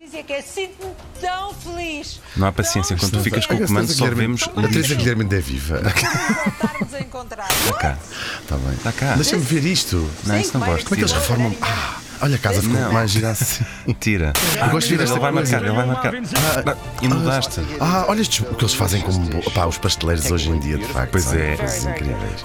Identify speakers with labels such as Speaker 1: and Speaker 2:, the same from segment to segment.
Speaker 1: dizer que é sinto-me tão feliz.
Speaker 2: Não há paciência. Quando tu ficas com o
Speaker 3: é
Speaker 1: Olha,
Speaker 2: comando,
Speaker 1: Teresa
Speaker 2: só
Speaker 1: Guilherme-
Speaker 2: vemos
Speaker 1: Olha,
Speaker 2: lixo.
Speaker 1: Teresa Guilherme-
Speaker 3: Guilherme ainda é viva.
Speaker 1: voltarmos a encontrar.
Speaker 2: Está cá.
Speaker 3: Está bem.
Speaker 2: Está cá.
Speaker 3: Deixa-me ver isto.
Speaker 2: Não, isso não
Speaker 1: vai.
Speaker 2: gosto.
Speaker 3: Como é que eles
Speaker 2: Tira.
Speaker 3: reformam? Ah, olha a casa ficou
Speaker 2: Não.
Speaker 3: mais gira assim.
Speaker 2: Tira.
Speaker 3: Eu gosto de ver esta
Speaker 2: Ele vai
Speaker 3: coisa.
Speaker 2: marcar, ele vai marcar. Ah, E mudaste. É
Speaker 3: Ah, olha isto, o que eles fazem como bo- pá, os pasteleiros hoje em dia, de facto.
Speaker 2: Pois
Speaker 3: são
Speaker 2: é.
Speaker 3: coisas incríveis.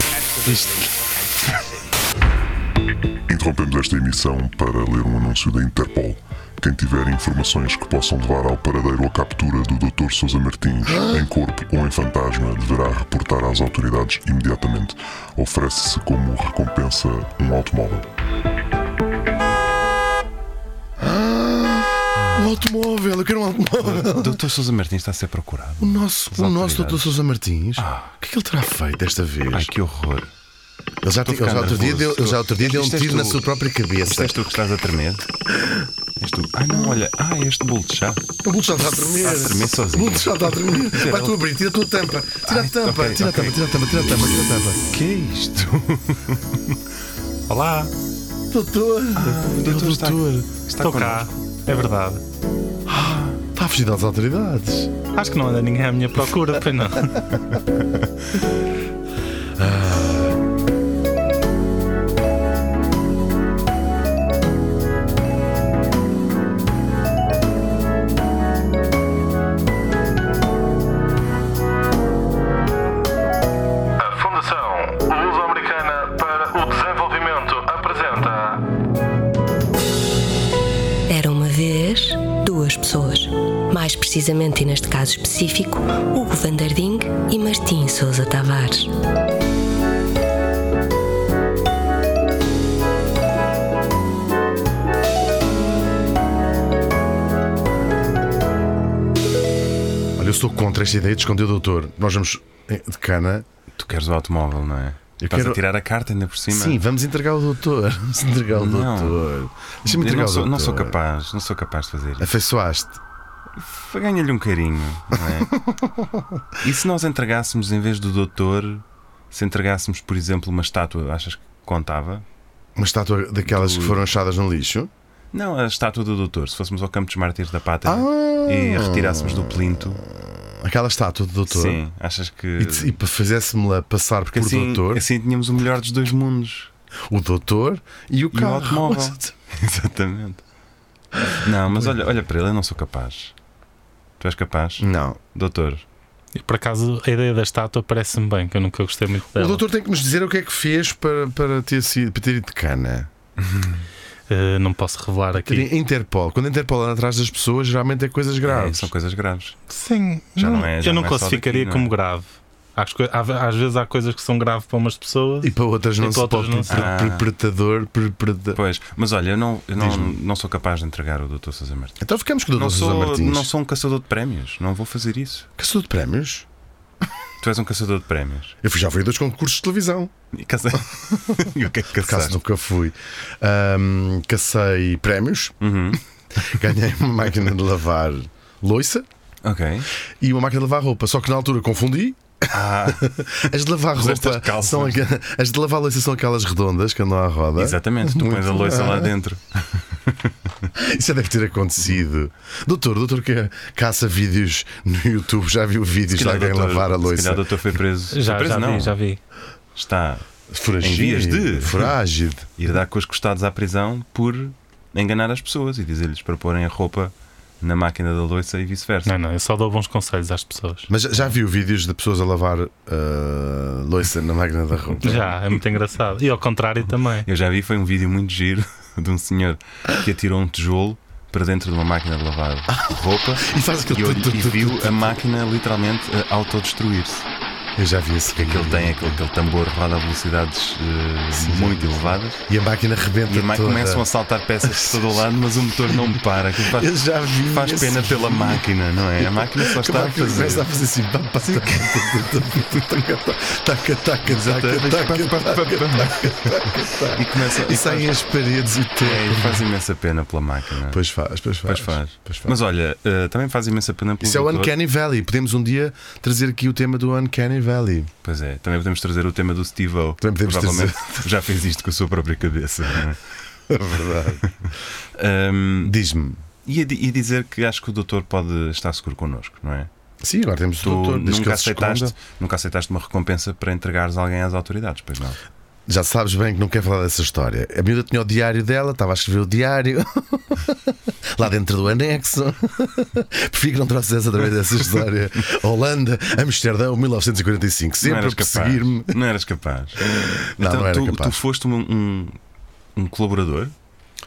Speaker 4: Interrompemos esta emissão para ler um anúncio da Interpol. Quem tiver informações que possam levar ao paradeiro a captura do Dr. Sousa Martins, em corpo ou em fantasma, deverá reportar às autoridades imediatamente. Oferece-se como recompensa um automóvel.
Speaker 3: Um automóvel, eu quero um automóvel.
Speaker 2: Doutor Sousa Martins está a ser procurado.
Speaker 3: O nosso, o nosso Dr.
Speaker 2: autoridades.
Speaker 3: Sousa Martins, o que é que ele terá feito desta
Speaker 2: Ah. Ai,
Speaker 3: vez?
Speaker 2: que horror.
Speaker 3: Ele já,
Speaker 2: Estou
Speaker 3: ele já
Speaker 2: ficando
Speaker 3: outro dia
Speaker 2: nervoso.
Speaker 3: deu, ele já outro dia deu um
Speaker 2: Isto és
Speaker 3: tiro na
Speaker 2: tu.
Speaker 3: sua própria
Speaker 2: Isto é
Speaker 3: cabeça.
Speaker 2: és tu que estás a tremer? És tu. Ai, não, olha. Ah, é este bolo de chá.
Speaker 3: O bolo já está a tremer.
Speaker 2: Está a tremer sozinho.
Speaker 3: O bolo já está a tremer. Vai tu abrir, tira a tua tampa. Tira a
Speaker 2: Ai,
Speaker 3: tampa,
Speaker 2: ok,
Speaker 3: tira a
Speaker 2: ok.
Speaker 3: tampa, tira a tampa, tira a tampa, tira a tampa.
Speaker 2: Que é isto? Olá.
Speaker 3: Doutor,
Speaker 2: O
Speaker 3: é o
Speaker 2: doutor está,
Speaker 3: doutor.
Speaker 2: está
Speaker 5: Estou
Speaker 2: connosco.
Speaker 5: cá, é verdade.
Speaker 3: Está a fugir das autoridades.
Speaker 5: Acho que não anda ninguém à minha procura, pois não.
Speaker 6: A Fundação Luso-Americana para o Desenvolvimento apresenta.
Speaker 7: Era uma vez duas pessoas. Mais precisamente, e neste caso específico, Hugo Vanderding e Martim Sousa Tavares.
Speaker 3: Olha, eu sou contra esta ideia de esconder o doutor. Nós vamos eh, de cana.
Speaker 2: Tu queres o automóvel, não é?
Speaker 3: Eu
Speaker 2: Estás
Speaker 3: quero-
Speaker 2: a tirar a carta ainda por cima?
Speaker 3: Sim, vamos entregar o doutor. Vamos entregar o
Speaker 2: Não.
Speaker 3: doutor.
Speaker 2: Eu
Speaker 3: Deixa-me entregar
Speaker 2: não
Speaker 3: o
Speaker 2: sou,
Speaker 3: doutor.
Speaker 2: não sou capaz, não sou capaz de fazer isso.
Speaker 3: Afeiçoaste. É.
Speaker 2: Foi- Ganha-lhe um carinho, não é? e se nós entregássemos, em vez do doutor, se entregássemos, por exemplo, uma estátua, achas que contava?
Speaker 3: Uma estátua daquelas que foram achadas no lixo.
Speaker 2: Não, a estátua do doutor, se fôssemos ao Campo dos Mártires da Pátria e a retirássemos do plinto,
Speaker 3: Aquela estátua do Ah! doutor.
Speaker 2: sim, achas que.
Speaker 3: E, te- e fizesse-me-la passar
Speaker 2: Porque
Speaker 3: por
Speaker 2: assim,
Speaker 3: doutor,
Speaker 2: assim tínhamos o melhor dos dois mundos.
Speaker 3: o doutor e
Speaker 2: E
Speaker 3: o
Speaker 2: o
Speaker 3: carro.
Speaker 2: automóvel. Exatamente. Não, mas olha, olha para ele, eu não sou capaz. Tu és capaz?
Speaker 3: Não.
Speaker 2: Doutor.
Speaker 5: E por acaso a ideia da estátua parece-me bem, que eu nunca gostei muito dela.
Speaker 3: O doutor tem que nos dizer o que é que fez para, para, ter, sido, para ter ido de cana.
Speaker 5: Eh, não posso revelar aqui.
Speaker 3: Interpol. Quando a Interpol anda atrás das pessoas, geralmente é coisas
Speaker 2: É,
Speaker 3: graves.
Speaker 2: são coisas graves.
Speaker 5: Sim,
Speaker 2: Já não é- já
Speaker 5: eu não,
Speaker 2: não é só
Speaker 5: classificaria
Speaker 2: daqui, não é?
Speaker 5: como grave. Acho que- há- às vezes há coisas que são graves para umas pessoas.
Speaker 3: E para outras
Speaker 5: E
Speaker 3: não
Speaker 5: para
Speaker 3: se
Speaker 5: outras
Speaker 3: pode.
Speaker 5: não se-
Speaker 3: pre-
Speaker 2: Ah.
Speaker 3: Perpretador. perpreta-
Speaker 2: Pois, mas olha, eu não, eu não, não sou capaz de entregar o doutor Sousa Martins.
Speaker 3: Então ficamos com o
Speaker 2: Não
Speaker 3: doutor Sousa
Speaker 2: sou,
Speaker 3: Martins.
Speaker 2: não sou um caçador de prémios, não vou fazer isso.
Speaker 3: Caçador de prémios?
Speaker 2: Tu és um caçador de prémios.
Speaker 3: Eu fui- já fui a dois concursos de televisão.
Speaker 2: E caça- e o que é que
Speaker 3: Por acaso
Speaker 2: caçaste?
Speaker 3: nunca fui. Ahm, cacei prémios.
Speaker 2: Uhum.
Speaker 3: Ganhei uma máquina de lavar loiça
Speaker 2: Ok.
Speaker 3: e uma máquina de lavar roupa. Só que na altura confundi.
Speaker 2: Ah,
Speaker 3: As de lavar
Speaker 2: estas
Speaker 3: roupa
Speaker 2: calças.
Speaker 3: são aqua- as de lavar louça são aquelas redondas que andam à roda. Ah.
Speaker 2: exatamente, tu pões a loiça lá dentro.
Speaker 3: Isso já deve ter acontecido. Doutor, doutor que caça vídeos no YouTube, já viu vídeos de
Speaker 2: calhar
Speaker 3: alguém
Speaker 2: o doutor-
Speaker 3: lavar a
Speaker 2: se calhar
Speaker 3: louça?
Speaker 2: o doutor foi preso.
Speaker 5: já,
Speaker 2: foi preso
Speaker 5: já
Speaker 2: não.
Speaker 5: vi, já vi.
Speaker 2: Está
Speaker 3: Foragido.
Speaker 2: Em vias de-
Speaker 3: Foragido.
Speaker 2: ir dar com os costados à prisão por enganar as pessoas e dizer-lhes para porem a roupa na máquina da loiça e vice-versa.
Speaker 5: Não, não, eu só dou bons conselhos às pessoas.
Speaker 3: Mas já viu vídeos de pessoas a lavar ah, louça na máquina da roupa?
Speaker 5: Já, é muito engraçado. E ao contrário também.
Speaker 2: Eu já vi, foi um vídeo muito giro de um senhor que atirou um tijolo para dentro de uma máquina de lavar roupa
Speaker 3: E faz aquele
Speaker 2: e, olhou-
Speaker 3: tu, tu,
Speaker 2: e
Speaker 3: tu,
Speaker 2: viu
Speaker 3: tu, tu.
Speaker 2: a máquina literalmente a autodestruir-se.
Speaker 3: Eu já vi esse
Speaker 2: Porque aquele é tem aquele, aquele tambor roda a velocidades eh, muito elevadas
Speaker 3: E a máquina rebenta
Speaker 2: e a ma-
Speaker 3: toda.
Speaker 2: começam a saltar peças de todo o lado, mas o motor não para. Aquilo faz,
Speaker 3: Eu já vi
Speaker 2: faz
Speaker 3: esse
Speaker 2: pena pela máquina, não é? A máquina só
Speaker 3: Como
Speaker 2: está
Speaker 3: é
Speaker 2: a
Speaker 3: que começa
Speaker 2: fazer.
Speaker 3: a fazer assim? Pá, pá, taca, taca, taca, taca, taca, taca, taca, taca, taca.
Speaker 2: E começa
Speaker 3: E
Speaker 2: e faz,
Speaker 3: saem as paredes e o
Speaker 2: é, e
Speaker 3: tempo.
Speaker 2: faz imensa pena pela máquina.
Speaker 3: Pois faz, pois faz.
Speaker 2: Pois faz. Mas olha, eh, também faz imensa pena pelo
Speaker 3: Isso é o
Speaker 2: motor.
Speaker 3: Uncanny Valley. Podemos um dia trazer aqui o tema do Uncanny Valley.
Speaker 2: Pois é, também podemos trazer o tema do Steve O.
Speaker 3: Também podemos
Speaker 2: Provavelmente já fez isto com a sua própria cabeça. não é?
Speaker 3: É verdade.
Speaker 2: Ahm,
Speaker 3: Diz-me,
Speaker 2: E, a di- e dizer que acho que o doutor pode estar seguro connosco, não é?
Speaker 3: Sim, agora temos o
Speaker 2: Tu
Speaker 3: doutor, desde que
Speaker 2: nunca,
Speaker 3: ele se esconda.
Speaker 2: aceitaste, nunca aceitaste uma recompensa para entregares alguém às autoridades, pois não?
Speaker 3: Já sabes bem que não quer falar dessa história. A miúda tinha o diário dela, estava a escrever o diário lá dentro do anexo. Prefiro que não trouxesse através dessa história. Holanda, Amsterdão, 1945.
Speaker 2: não
Speaker 3: Sempre a
Speaker 2: eras capaz.
Speaker 3: perseguir-me.
Speaker 2: Não eras capaz.
Speaker 3: Não,
Speaker 2: então,
Speaker 3: não era
Speaker 2: tu,
Speaker 3: capaz.
Speaker 2: tu foste um, um, um colaborador,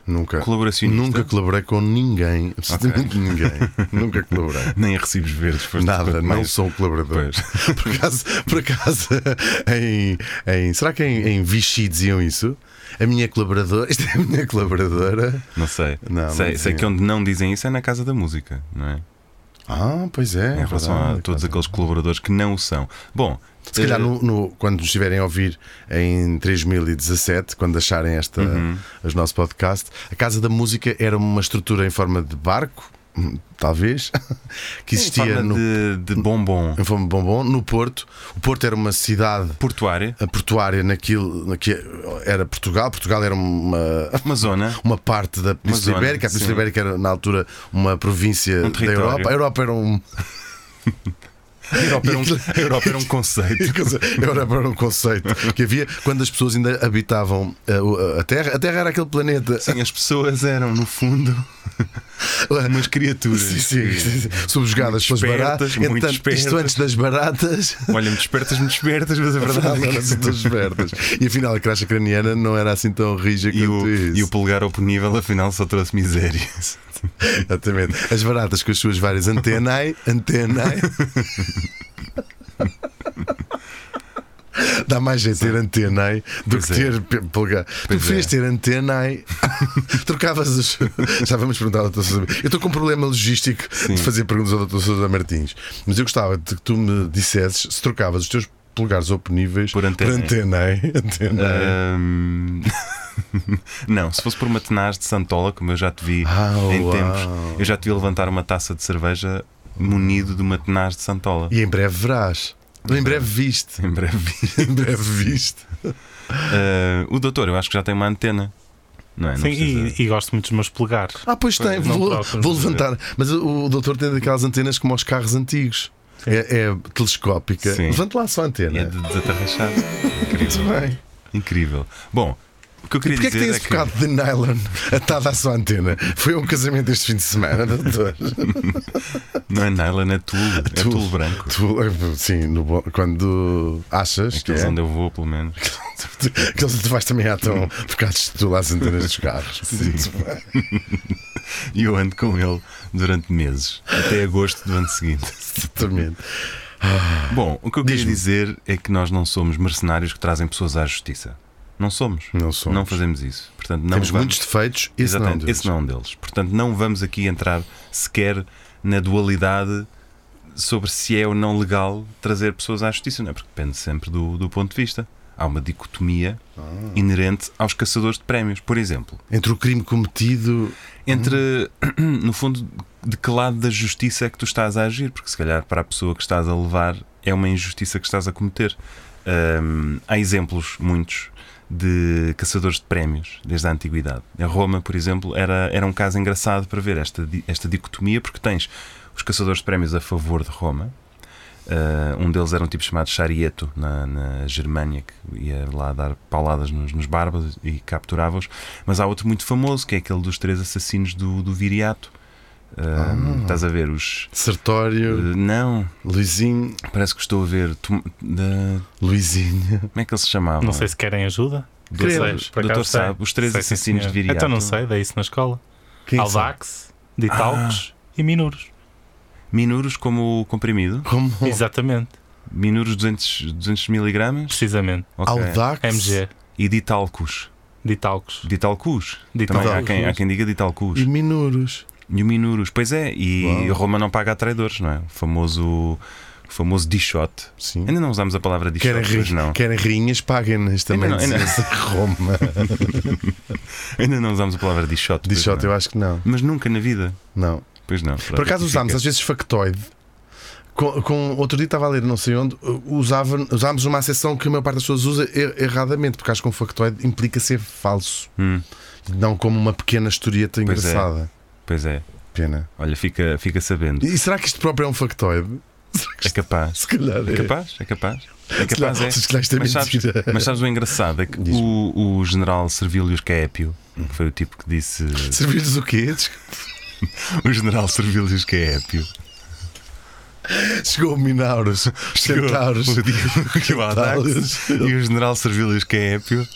Speaker 3: Nunca.
Speaker 2: colaboracionista,
Speaker 3: Nunca colaborei com ninguém. Absolutamente ninguém. Nunca colaborei.
Speaker 2: nem a recibos verdes. Foste
Speaker 3: Nada,
Speaker 2: quanto
Speaker 3: não
Speaker 2: mais-
Speaker 3: sou um colaborador. Por acaso, por acaso em, em- será que em, em Vichy diziam isso? A minha colaboradora, isto é a minha colaboradora.
Speaker 2: Não sei.
Speaker 3: Não, não
Speaker 2: sei, sei
Speaker 3: dizia.
Speaker 2: que onde não dizem isso é na casa da música, não é?
Speaker 3: Ah, pois é.
Speaker 2: em relação
Speaker 3: verdade,
Speaker 2: a todos
Speaker 3: claro.
Speaker 2: aqueles colaboradores que não o são. Bom,
Speaker 3: Se calhar
Speaker 2: eh,
Speaker 3: no, no- quando nos estiverem a ouvir em 2017, quando acharem esta, os nosso podcast, a Casa da Música era uma estrutura em forma de barco, hum, talvez, que
Speaker 2: em
Speaker 3: existia
Speaker 2: forma
Speaker 3: no,
Speaker 2: de, de bombom
Speaker 3: em forma de bombom, no Porto. O Porto era uma cidade
Speaker 2: portuária,
Speaker 3: a portuária naquilo na que era Portugal. Portugal era uma,
Speaker 2: uma zona.
Speaker 3: uma parte da Península
Speaker 2: zona,
Speaker 3: Ibérica. A Península
Speaker 2: sim. Um
Speaker 3: Ibérica era, na altura, uma província da
Speaker 2: território.
Speaker 3: Europa. A Europa era um.
Speaker 2: A Europa era um,
Speaker 3: aquilo-
Speaker 2: a Europa era um conceito.
Speaker 3: Quer dizer, a Europa era um conceito que havia quando as pessoas ainda habitavam uh, o- a Terra. A Terra era aquele planeta.
Speaker 2: Sim, as pessoas eram, no fundo, umas criaturas.
Speaker 3: Sim, sim, sim, sim. Subjugadas
Speaker 2: Muito
Speaker 3: pelas
Speaker 2: espertas,
Speaker 3: baratas.
Speaker 2: muito
Speaker 3: Entretanto, isto
Speaker 2: espertas.
Speaker 3: antes das baratas.
Speaker 2: Olha, me despertas, me despertas, mas a verdade é
Speaker 3: Eram-se
Speaker 2: que.
Speaker 3: todas verdes. E afinal, a cracha craniana não era assim tão rija
Speaker 2: E
Speaker 3: quanto
Speaker 2: o,
Speaker 3: isso.
Speaker 2: e o polegar oponível, afinal, só trouxe miséria.
Speaker 3: Exatamente. As baratas com as suas várias antenae, antenae. Dá mais jeito ter antenae do
Speaker 2: Pois
Speaker 3: que
Speaker 2: é.
Speaker 3: ter pe- polgar. Tu
Speaker 2: Pois
Speaker 3: preferias
Speaker 2: é.
Speaker 3: ter antenae. Trocavas as. Já vamos perguntar ao Dr. Sousa. Eu estou com um problema logístico de fazer perguntas ao Dr. Sousa Martins. Mas eu gostava de que tu me dissesses se trocavas os teus polegares oponíveis
Speaker 2: Por Ah. antenae.
Speaker 3: antenae. Antenae.
Speaker 2: Ahm, Não, se fosse por uma tenaz de Santola, como eu já te vi
Speaker 3: Ah,
Speaker 2: em
Speaker 3: uau.
Speaker 2: tempos, eu já te vi levantar uma taça de cerveja munido de uma tenaz de Santola.
Speaker 3: E em breve verás. Em breve viste.
Speaker 2: Em breve vi.
Speaker 3: Em breve viste.
Speaker 2: Ah, o doutor, eu acho que já tem uma antena. Não é? Não
Speaker 5: Sim,
Speaker 2: precisa-
Speaker 5: e, e gosto muito dos meus polegares.
Speaker 3: Ah, pois tem,
Speaker 5: não
Speaker 3: vou,
Speaker 5: trocam,
Speaker 3: vou
Speaker 5: não sei.
Speaker 3: levantar. Mas o, o doutor tem daquelas antenas como aos carros antigos. É, é telescópica.
Speaker 2: Sim.
Speaker 3: Levante lá a sua
Speaker 2: É
Speaker 3: antena.
Speaker 2: de desatarrachado. Incrível.
Speaker 3: Muito bem.
Speaker 2: Incrível. Bom, o que eu queria
Speaker 3: Porquê é que
Speaker 2: dizer
Speaker 3: tem
Speaker 2: é
Speaker 3: esse bocado de nylon atado à sua antena? Foi a um casamento este fim de semana, doutor.
Speaker 2: não é nylon, é tulo. É
Speaker 3: Tu-
Speaker 2: tulo branco.
Speaker 3: tu- eh, sim, no bo- quando achas que
Speaker 2: Aqueles
Speaker 3: é.
Speaker 2: onde eu vou, pelo menos.
Speaker 3: Aqueles onde tu vais também há tão bocados de tula às antenas dos carros. Muito bem.
Speaker 2: E eu ando com ele durante meses, até agosto do ano seguinte.
Speaker 3: Exatamente.
Speaker 2: Bom, o que eu queria
Speaker 3: Diz-me.
Speaker 2: dizer é que nós não somos mercenários que trazem pessoas à justiça. Não somos.
Speaker 3: Não somos.
Speaker 2: Não fazemos isso. Portanto, não
Speaker 3: Temos
Speaker 2: vamos...
Speaker 3: muitos defeitos, esse não, é um
Speaker 2: Exatamente,
Speaker 3: deles.
Speaker 2: esse não é um deles. Portanto, não vamos aqui entrar sequer na dualidade sobre se é ou não legal trazer pessoas à justiça, não é? Porque depende sempre do, do ponto de vista. Há uma dicotomia
Speaker 3: Ah.
Speaker 2: inerente aos caçadores de prémios, por exemplo.
Speaker 3: Entre o crime cometido
Speaker 2: Entre, no fundo, de que lado da justiça é que tu estás a agir? Porque se calhar para a pessoa que estás a levar é uma injustiça que estás a cometer. Hum, há exemplos muitos de caçadores de prémios desde a antiguidade. A Roma, por exemplo, era, era um caso engraçado para ver esta, di- esta dicotomia, porque tens os caçadores de prémios a favor de Roma. Uh, um deles era um tipo chamado Charieto na, na Germânia que ia lá dar pauladas nos, nos bárbaros e capturava-os. Mas há outro muito famoso que é aquele dos três assassinos do, do Viriato. Hum, Estás a ver os.
Speaker 3: Sertório,
Speaker 2: Uh, não,
Speaker 3: Luizinho,
Speaker 2: parece que estou a ver. Tom- da-
Speaker 3: Luizinho.
Speaker 2: como é que ele se chamava?
Speaker 5: Não sei se querem ajuda.
Speaker 2: Doutor-
Speaker 5: Queremos, por acaso
Speaker 2: doutor
Speaker 5: sei.
Speaker 2: sabe, os três
Speaker 5: Sei, sim,
Speaker 2: assassinos
Speaker 5: senhor.
Speaker 2: de Viriato.
Speaker 5: Então não sei, dei isso na escola.
Speaker 3: Quem é
Speaker 5: Aldax, Ditalcos e Minuros.
Speaker 2: Minuros como o comprimido?
Speaker 3: são? Como
Speaker 5: Exatamente,
Speaker 2: Minuros 200, 200 miligramas?
Speaker 5: precisamente.
Speaker 2: Ok.
Speaker 3: Audax.
Speaker 5: MG,
Speaker 2: E ditalcos.
Speaker 5: Ditalcos.
Speaker 2: Ditalcus.
Speaker 5: Ditalcus.
Speaker 2: Também há quem, há quem diga ditalcus.
Speaker 3: E Minuros.
Speaker 2: E o Minuros, pois é, e
Speaker 3: Uau.
Speaker 2: Roma não paga a traidores, não é? O famoso, o famoso dichote.
Speaker 3: Sim.
Speaker 2: Ainda não usamos a palavra
Speaker 3: Querem,
Speaker 2: dichote, pois
Speaker 3: ri...
Speaker 2: não.
Speaker 3: Querem rainhas, paguem-nas também.
Speaker 2: não- ainda-
Speaker 3: dizia-se. Roma.
Speaker 2: Ainda não usamos a palavra dichote. pois
Speaker 3: Dichote,
Speaker 2: não.
Speaker 3: eu acho que não.
Speaker 2: Mas nunca na vida.
Speaker 3: Não.
Speaker 2: Pois não. pronto,
Speaker 3: Por acaso
Speaker 2: aqui
Speaker 3: usámos
Speaker 2: fica.
Speaker 3: às vezes factoide. Com, com- outro dia estava a ler, não sei onde, uh, usava, usámos uma acessão que a maior parte das pessoas usa er- erradamente, porque acho que um factoide implica ser falso.
Speaker 2: Hum,
Speaker 3: Não como uma pequena historieta
Speaker 2: Pois é.
Speaker 3: engraçada.
Speaker 2: pois é.
Speaker 3: pena.
Speaker 2: Olha, fica, fica sabendo.
Speaker 3: E será que isto próprio é um factoide? Será que
Speaker 2: É
Speaker 3: isto-
Speaker 2: capaz.
Speaker 3: Se calhar
Speaker 2: É
Speaker 3: é.
Speaker 2: capaz, é capaz. É
Speaker 3: Se calhar-
Speaker 2: capaz, é.
Speaker 3: se calhar isto é
Speaker 2: mas, sabes,
Speaker 3: mentira.
Speaker 2: mas sabes o engraçado? É que
Speaker 3: Diz-me.
Speaker 2: o, o general Servilius Caepio, que foi o tipo que disse.
Speaker 3: Servir-lhes o quê?
Speaker 2: O general é Servilius Caepio.
Speaker 3: Chegou o Minauros,
Speaker 2: Chegou
Speaker 3: Centauros.
Speaker 2: o dia que o Aldax
Speaker 3: Centauros.
Speaker 2: e o general é Servilius Caepio.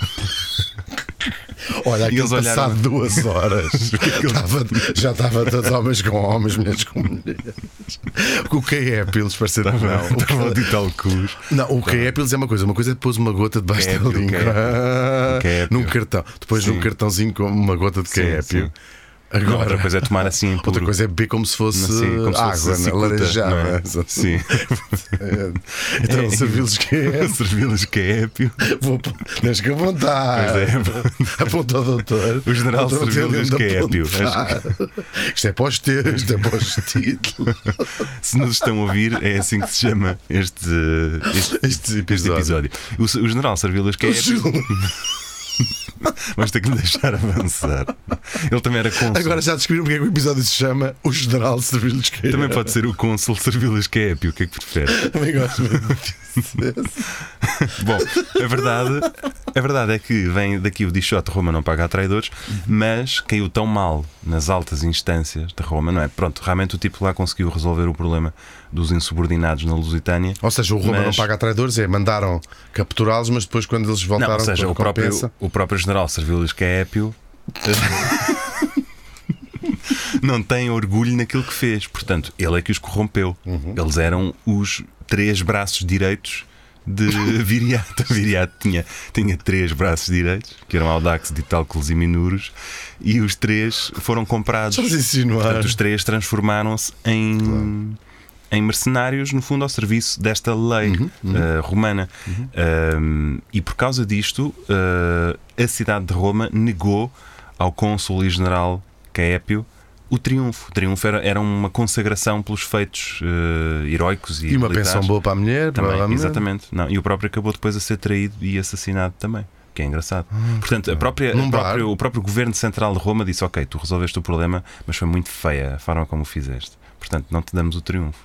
Speaker 3: Olha, aquilo
Speaker 2: eles olharam-
Speaker 3: passado duas horas estava- já estava todos homens com homens, mulheres com mulheres. O que é pelos parecer que não. O que-
Speaker 2: Estava a ditar o cus.
Speaker 3: Não, o que é pelos é uma coisa, uma coisa é depois uma gota debaixo
Speaker 2: Que é
Speaker 3: da
Speaker 2: pio,
Speaker 3: língua.
Speaker 2: que é
Speaker 3: Ah,
Speaker 2: que é pio.
Speaker 3: Num cartão. Depois
Speaker 2: Sim.
Speaker 3: num cartãozinho com uma gota de
Speaker 2: Sim,
Speaker 3: caépio.
Speaker 2: sim.
Speaker 3: Agora,
Speaker 2: Não, outra coisa é tomar assim em puro.
Speaker 3: outra coisa é beber como se fosse
Speaker 2: Assim, como se fosse
Speaker 3: água, né?
Speaker 2: cicuta, não
Speaker 3: laranjada.
Speaker 2: é? Sim.
Speaker 3: Então,
Speaker 2: É.
Speaker 3: é. servilos que é.
Speaker 2: Servilius Caepio.
Speaker 3: Vou, tens que apontar.
Speaker 2: Pois é,
Speaker 3: Aponta ao doutor.
Speaker 2: O general
Speaker 3: Aponta ao doutor,
Speaker 2: Servilius
Speaker 3: tem de
Speaker 2: Caepio.
Speaker 3: apontar. Isto é para os teus, isto é para os títulos.
Speaker 2: Se nos estão a ouvir, é assim que se chama este, este, este
Speaker 3: Este
Speaker 2: episódio. O, o general Servilius Caepio. é Vamos ter que lhe deixar avançar. Ele também era cônsul.
Speaker 3: Agora já descobriram porque é que o episódio se chama O General Servilos Caepio.
Speaker 2: Também pode ser o cônsul Servilius Caepio. O que é que prefere?
Speaker 3: Também gosto muito.
Speaker 2: Bom, a verdade, a verdade é que vem daqui o Dichote Roma não paga a traidores, mas caiu tão mal nas altas instâncias de Roma, não é? Pronto, realmente o tipo lá conseguiu resolver o problema dos insubordinados na Lusitânia.
Speaker 3: Ou seja, o Roma
Speaker 2: Mas-
Speaker 3: não paga a traidores, é mandaram capturá-los, mas depois quando eles voltaram
Speaker 2: Não, ou seja,
Speaker 3: com a
Speaker 2: o próprio,
Speaker 3: recompensa-
Speaker 2: o próprio general é Servilius Caepio não tem orgulho naquilo que fez. Portanto, ele é que os corrompeu. Eles eram os três braços direitos de Viriato. Viriato tinha, tinha três braços direitos, que eram Audax, Ditálculos e Minuros, e os três foram comprados.
Speaker 3: Estás a insinuar.
Speaker 2: Portanto, os três transformaram-se em, em mercenários, no fundo, ao serviço desta lei
Speaker 3: Uhum,
Speaker 2: eh, romana. Ahm, e por causa disto, eh, a cidade de Roma negou ao cônsul e general Caepio o triunfo. O triunfo era, era uma consagração pelos feitos eh, heroicos e,
Speaker 3: E uma
Speaker 2: militares.
Speaker 3: pensão boa para a mulher,
Speaker 2: Também,
Speaker 3: provavelmente.
Speaker 2: exatamente. Não, e o próprio acabou depois a ser traído e assassinado também. o Que é engraçado. Portanto, a própria,
Speaker 3: Ah, Num
Speaker 2: a
Speaker 3: bar.
Speaker 2: própria- o próprio governo central de Roma disse: Ok, tu resolveste o problema, mas foi muito feia a forma como o fizeste. Portanto, não te damos o triunfo.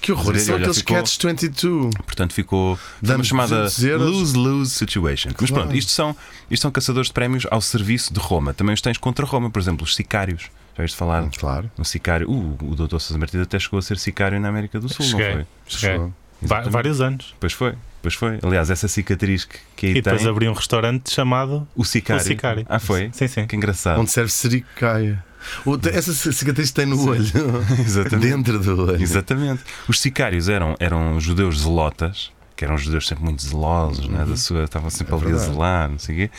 Speaker 3: Que horror,
Speaker 2: Olha,
Speaker 3: são aqueles
Speaker 2: ficou-
Speaker 3: Cats 22.
Speaker 2: Portanto, ficou foi uma
Speaker 3: Damos
Speaker 2: chamada
Speaker 3: 200 euros.
Speaker 2: lose-lose situation. Mas
Speaker 3: Claro.
Speaker 2: pronto, isto são, isto são caçadores de prémios ao serviço de Roma. Também os tens contra Roma, por exemplo, os sicários. Já ouviste falar?
Speaker 3: Claro.
Speaker 2: Um sicário. Uh, o doutor Sousa Martins até chegou a ser sicário na América do Sul, não
Speaker 5: Cheguei.
Speaker 2: foi?
Speaker 5: Cheguei.
Speaker 3: Só.
Speaker 5: Va- vários anos.
Speaker 2: Pois foi, pois foi. Aliás, essa cicatriz que, que aí
Speaker 5: E, depois
Speaker 2: tem.
Speaker 5: abri um restaurante chamado
Speaker 2: O sicário.
Speaker 5: O Sicário.
Speaker 2: Ah, foi?
Speaker 5: Sim, sim.
Speaker 2: Que engraçado.
Speaker 3: Onde serve sericaia. O- Essa cicatriz tem no olho.
Speaker 2: Hum. Exatamente.
Speaker 3: Dentro do olho.
Speaker 2: Exatamente. Os sicários eram, eram judeus zelotas, que eram judeus sempre muito zelosos, né, da sua, estavam sempre ali a
Speaker 3: Uhum. É verdade.
Speaker 2: zelar, não sei o quê,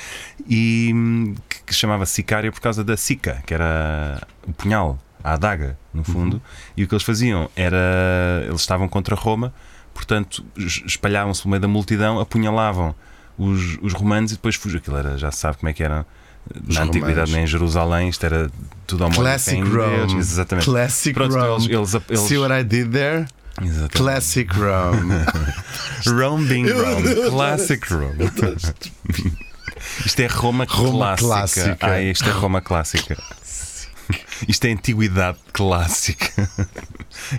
Speaker 2: e hum, que, que chamava sicário por causa da sica, que era o punhal, a adaga,
Speaker 3: Uhum.
Speaker 2: no fundo, e o que eles faziam era. Eles estavam contra Roma, portanto, es- espalhavam-se pelo meio da multidão, apunhalavam os, os romanos e depois fugiam. Aquilo era, já se sabe como é que era.
Speaker 3: Os
Speaker 2: Na antiguidade,
Speaker 3: romanos.
Speaker 2: nem em Jerusalém, isto era tudo ao molho
Speaker 3: Classic
Speaker 2: em inglês.
Speaker 3: Rome.
Speaker 2: Exatamente.
Speaker 3: Classic
Speaker 2: Pronto, então
Speaker 3: Rome.
Speaker 2: eles- eles-
Speaker 3: See what I did there?
Speaker 2: Exatamente.
Speaker 3: Classic Rome.
Speaker 2: Rome being
Speaker 3: Eu
Speaker 2: Rome.
Speaker 3: adoro
Speaker 2: Classic Rome. Isto é Roma,
Speaker 3: Roma
Speaker 2: clássica.
Speaker 3: clássica.
Speaker 2: Ah, isto é Roma clássica. Isto é antiguidade clássica.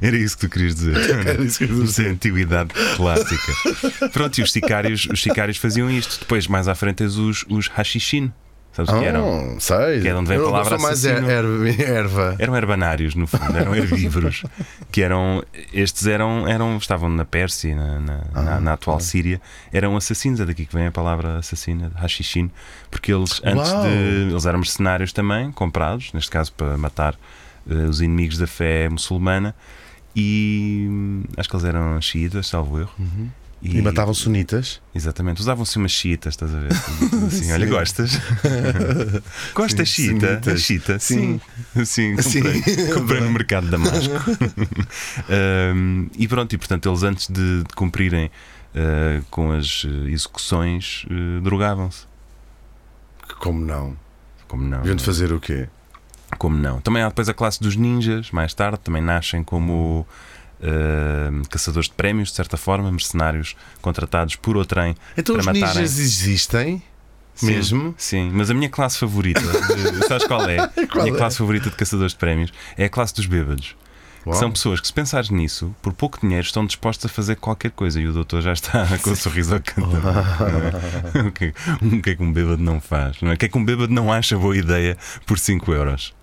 Speaker 2: Era isso que tu querias dizer.
Speaker 3: Era isso que eu queria
Speaker 2: Isto é antiguidade clássica. Pronto, e os sicários, os sicários faziam isto. Depois, mais à frente, tens os, os hashishin. Sabes
Speaker 3: Oh.
Speaker 2: o que eram?
Speaker 3: Não, Ah, sei.
Speaker 2: que é de onde vem a
Speaker 3: Eu não
Speaker 2: palavra
Speaker 3: sou mais er-
Speaker 2: assassino.
Speaker 3: erva. erva.
Speaker 2: Eram herbanários, no fundo, eram herbívoros. que eram, estes eram, eram, estavam na Pérsia, na, na,
Speaker 3: Ah,
Speaker 2: na- na atual Síria, eram assassinos, é daqui que vem a palavra assassina, hashishin, porque eles antes
Speaker 3: Uau!
Speaker 2: de. Eles eram mercenários também, comprados, neste caso para matar eh, os inimigos da fé muçulmana, e hum, acho que eles eram xiitas, salvo erro.
Speaker 3: Uhum.
Speaker 2: É
Speaker 3: E matavam sunitas.
Speaker 2: Exatamente, usavam-se umas chiitas, estás a ver? Assim, olha, gostas? Gosta
Speaker 3: Sim,
Speaker 2: chita?
Speaker 3: sunitas.
Speaker 2: chita?
Speaker 3: Sim.
Speaker 2: Sim, comprei, comprei no mercado de Damasco. Ahm, e pronto, e portanto, eles antes de, de cumprirem ah, com as eh, execuções, eh, drogavam-se.
Speaker 3: Como não?
Speaker 2: Como não?
Speaker 3: Deviam de fazer o quê?
Speaker 2: Como não? Também há depois a classe dos ninjas, mais tarde, também nascem como ahm, caçadores de prémios, de certa forma, mercenários contratados por outrem
Speaker 3: Então
Speaker 2: para
Speaker 3: os
Speaker 2: matarem.
Speaker 3: ninjas existem?
Speaker 2: Sim,
Speaker 3: Mesmo?
Speaker 2: Sim, mas a minha classe favorita, de- sabes qual é? a
Speaker 3: Qual
Speaker 2: minha
Speaker 3: é?
Speaker 2: classe favorita de caçadores de prémios é a classe dos bêbados. que
Speaker 3: Uau.
Speaker 2: são pessoas que, se pensares nisso, por pouco dinheiro estão dispostas a fazer qualquer coisa e o doutor já está com o sorriso ao canto. não é? o, que, o que é que um bêbado não faz? Não é? O que é que um bêbado não acha boa ideia por 5 euros?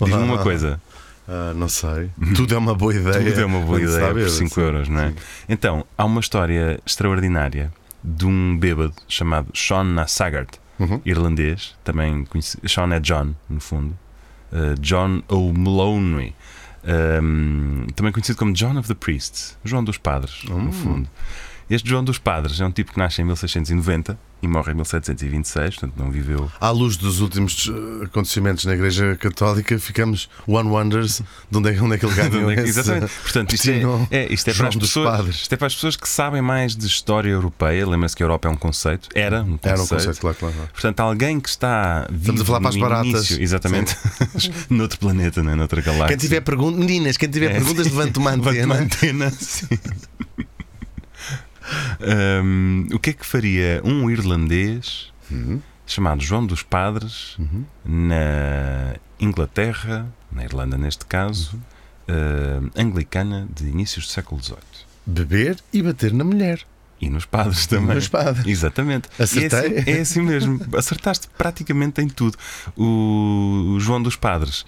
Speaker 2: Diz-me uma coisa,
Speaker 3: Ah, não sei. Tudo é uma boa ideia.
Speaker 2: tudo é uma boa
Speaker 3: quando se está
Speaker 2: ideia por
Speaker 3: bêbado,
Speaker 2: 5
Speaker 3: sim.
Speaker 2: euros, não é? Então, há uma história extraordinária de um bêbado chamado Sean Nassagart,
Speaker 3: Uhum.
Speaker 2: irlandês, também conhecido. Sean é John, no fundo. Uh, John O'Muloney, um, também conhecido como John of the Priests, João dos Padres,
Speaker 3: Hum.
Speaker 2: no fundo. Este João dos Padres é um tipo que nasce em 1690 e morre em 1726, portanto não viveu
Speaker 3: À luz dos últimos eh, acontecimentos na Igreja Católica, ficamos One Wonders de onde é, onde é que ele ganhou esse-
Speaker 2: Exatamente. Portanto, isto é,
Speaker 3: Sim,
Speaker 2: é- isto é para
Speaker 3: João
Speaker 2: as
Speaker 3: dos
Speaker 2: pessoas,
Speaker 3: Padres.
Speaker 2: isto é para as pessoas que sabem mais de história europeia. Lembra-se que a Europa é um conceito. Era um conceito.
Speaker 3: Era um conceito, claro, claro. claro.
Speaker 2: Portanto, alguém que está vivo
Speaker 3: a falar para as
Speaker 2: no
Speaker 3: baratas.
Speaker 2: início, exatamente, noutro planeta, né? noutra galáxia.
Speaker 3: Quem tiver perguntas, meninas, quem tiver
Speaker 2: É,
Speaker 3: perguntas,
Speaker 2: sim.
Speaker 3: levante uma
Speaker 2: Levante
Speaker 3: antena.
Speaker 2: antena, sim. Hum, o que é que faria um irlandês
Speaker 3: Hum,
Speaker 2: chamado João dos Padres
Speaker 3: uhum.
Speaker 2: na Inglaterra, na Irlanda neste caso,
Speaker 3: Uhum.
Speaker 2: hum, anglicana de inícios do século XVIII?
Speaker 3: Beber e bater na mulher.
Speaker 2: E nos padres também.
Speaker 3: Nos padres.
Speaker 2: Exatamente. E é assim-
Speaker 3: Acertei?
Speaker 2: É assim, mesmo. Acertaste praticamente em tudo. O, o João dos Padres